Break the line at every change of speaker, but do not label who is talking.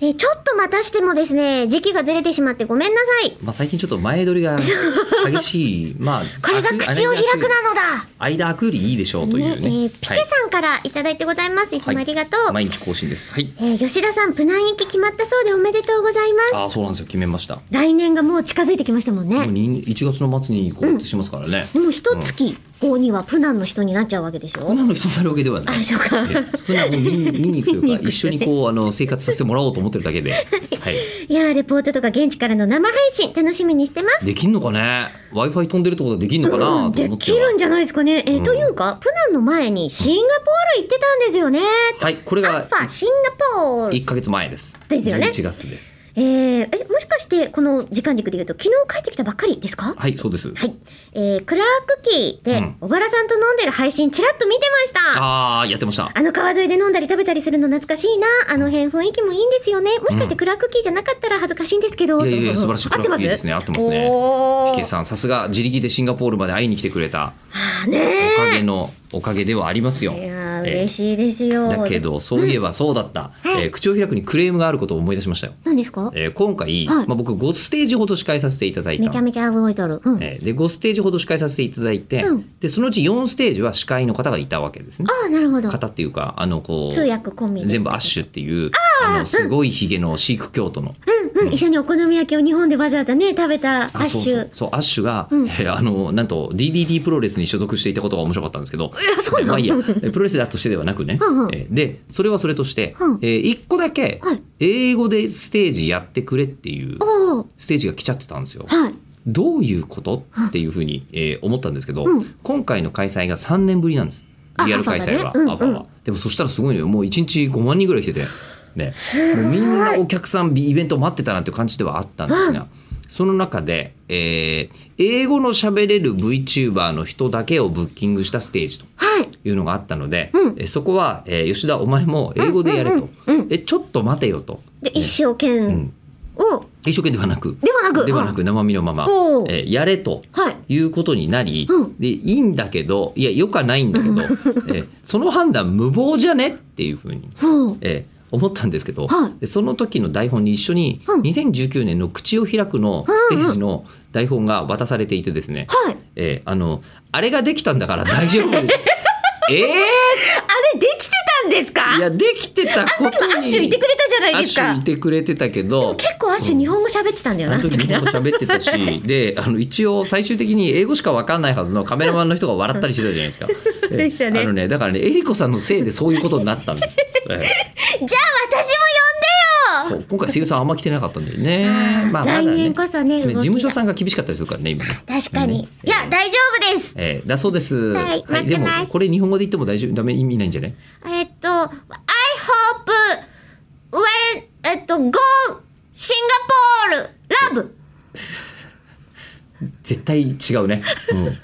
えーちょっとまたしてもですね、時期がずれてしまってごめんなさい。
まあ、最近ちょっと前撮りが激し いまあ
これが
開
口を開くなのだ。
間空くよりいいでしょうというね
えーピケさんからいただいてございます。いつも
は
あ
い
りがとう。
毎日更新ですはい
えー吉田さん、プナン行き決まったそうでおめでとうございます。
ああそうなんですよ決めましたも
来年がもう近づいてきましたもん
う
ね。
に1月の末に行こうってしますからね、
でも一月後にはプナンの人になっちゃうわけでし
こん
ょ
なの人になるわけではない
あ、そうか。
え普段見に見に行 くというか一緒にこうあの生活させてもらおうと思ってるだけで、はい、
いやー、レポートとか現地からの生配信楽しみにしてます。
できんのかね w i f i 飛んでるってことはできんのか
う
なんと
で
思って
き
は
るんじゃないですかね。えー
うん
というか、プナンの前にシンガポール行ってたんですよね。
はいこれ
ア
が
ルファシンガポール。
1か月前です
ですよね
11月です
えーえ、もしかして、この時間軸で言うと、昨日帰ってきたばっかりですか
はいそうです、
はい。えー、クラークキー
う
で
ん、
小原さんと飲んでる配信、ちらっと見てました。
ああやってました
あの川沿いで飲んだり食べたりするの懐かしいな。あの辺雰囲気もいいんですよね。もしかしてクラークキーじゃなかったら恥ずかしいんですけど。
いやいや素晴らしい
合ってます
クラークキーですね合ってますね
お
ピケ
ー
さんさすが自力でシンガポールまで会いに来てくれた
あーね
おかげのおかげではありますよ
え。いやー
ええ
嬉しいですよ。
だけどそういえばそうだった、えー口を開くにクレームがあることを思い出しましたよ、
何ですか
えー今回、
はい
まあ、僕5ステージほど司会させていただいた
め
ん
ちゃめちゃ動いとる。うん。あ
えーで5ステージほど司会させていただいて、
うん
でそのうち4ステージは司会の方がいたわけですね。
あー、なるほど。
方っていうかあのこう
通訳込みで。
全部アッシュっていうあのすごいひげのシーク教徒の
うん、一緒にお好み焼きを日本でわざわざね、食べたア
あ
ッシ
そう
ュ。
そうそうアッシュが、
うん
えーあのなんと DDD プロレスに所属していたことが面白かったんですけど
えそうなの
まあいいやえープロレスラーとしてではなくね、
うんうん
えーでそれはそれとして、
うん
え1個だけ
はい
英語でステージやってくれっていう
おー
ステージが来ちゃってたんですよ。
はい。
どういうことっていうふうに、えー思ったんですけど、
うん
今回の開催が3年ぶりなんです
あ
リアル開催は、
アファがねうん
アファは
うん
でもそしたらすごいのよもう1日5万人ぐらい来てて、 ね、もうみんなお客さんイベント待ってたなっていう感じではあったんですが、その中で、えー英語の喋れる VTuber の人だけをブッキングしたステージと。
はい。
いうのがあったので、
うん
えーそこは、えー吉田お前も英語でやれと、
うんうんうん
えちょっと待てよと、
で、一生懸
う
命
ん、
を、
一生懸命ではなく
ではなく
ではなく生身のまま、
おー
えーやれと
はい。
いうことになり、
うん
でいいんだけどいやよくはないんだけ ど、えーその判断無謀じゃねっていうふうに、
ほう。
えー思ったんですけど、
はい
でその時の台本に一緒に
うん
2019年の「口を開く」のステージの台本が渡されていてですね、
はい。
えーあのあれができたんだから 大丈夫です
あ
え
れ、できてたんですか
ー、いやできてたことに
アッシュいてくれたじゃないです
アッ
か
シュい。てくれてたけど
結構アッシュ日本語喋ってたんだよな、
あの時日
な
本語喋って たしであの一応最終的に英語しか分かんないはずのカメラマンの人が笑ったりしてたじゃな いですか。え
でしたね
あのねだからねえりこさんのせいでそういうことになった んですよ。え
じゃあ
え
私も呼んでよ
そう今回声優さんあんま来てなかったんだよね。まあまだ
来
ね
年
ね
こそね動き
事
が
務所さんが厳しかったりするからね今ね。
確かに、
ね
いや大丈夫です
ええだそうです。
はい待って
でも
ます
これ日本語で言っても大丈夫ダメ意味ないんじゃない？
えっと I hope when えっと go シンガポール love
絶対違うね。うん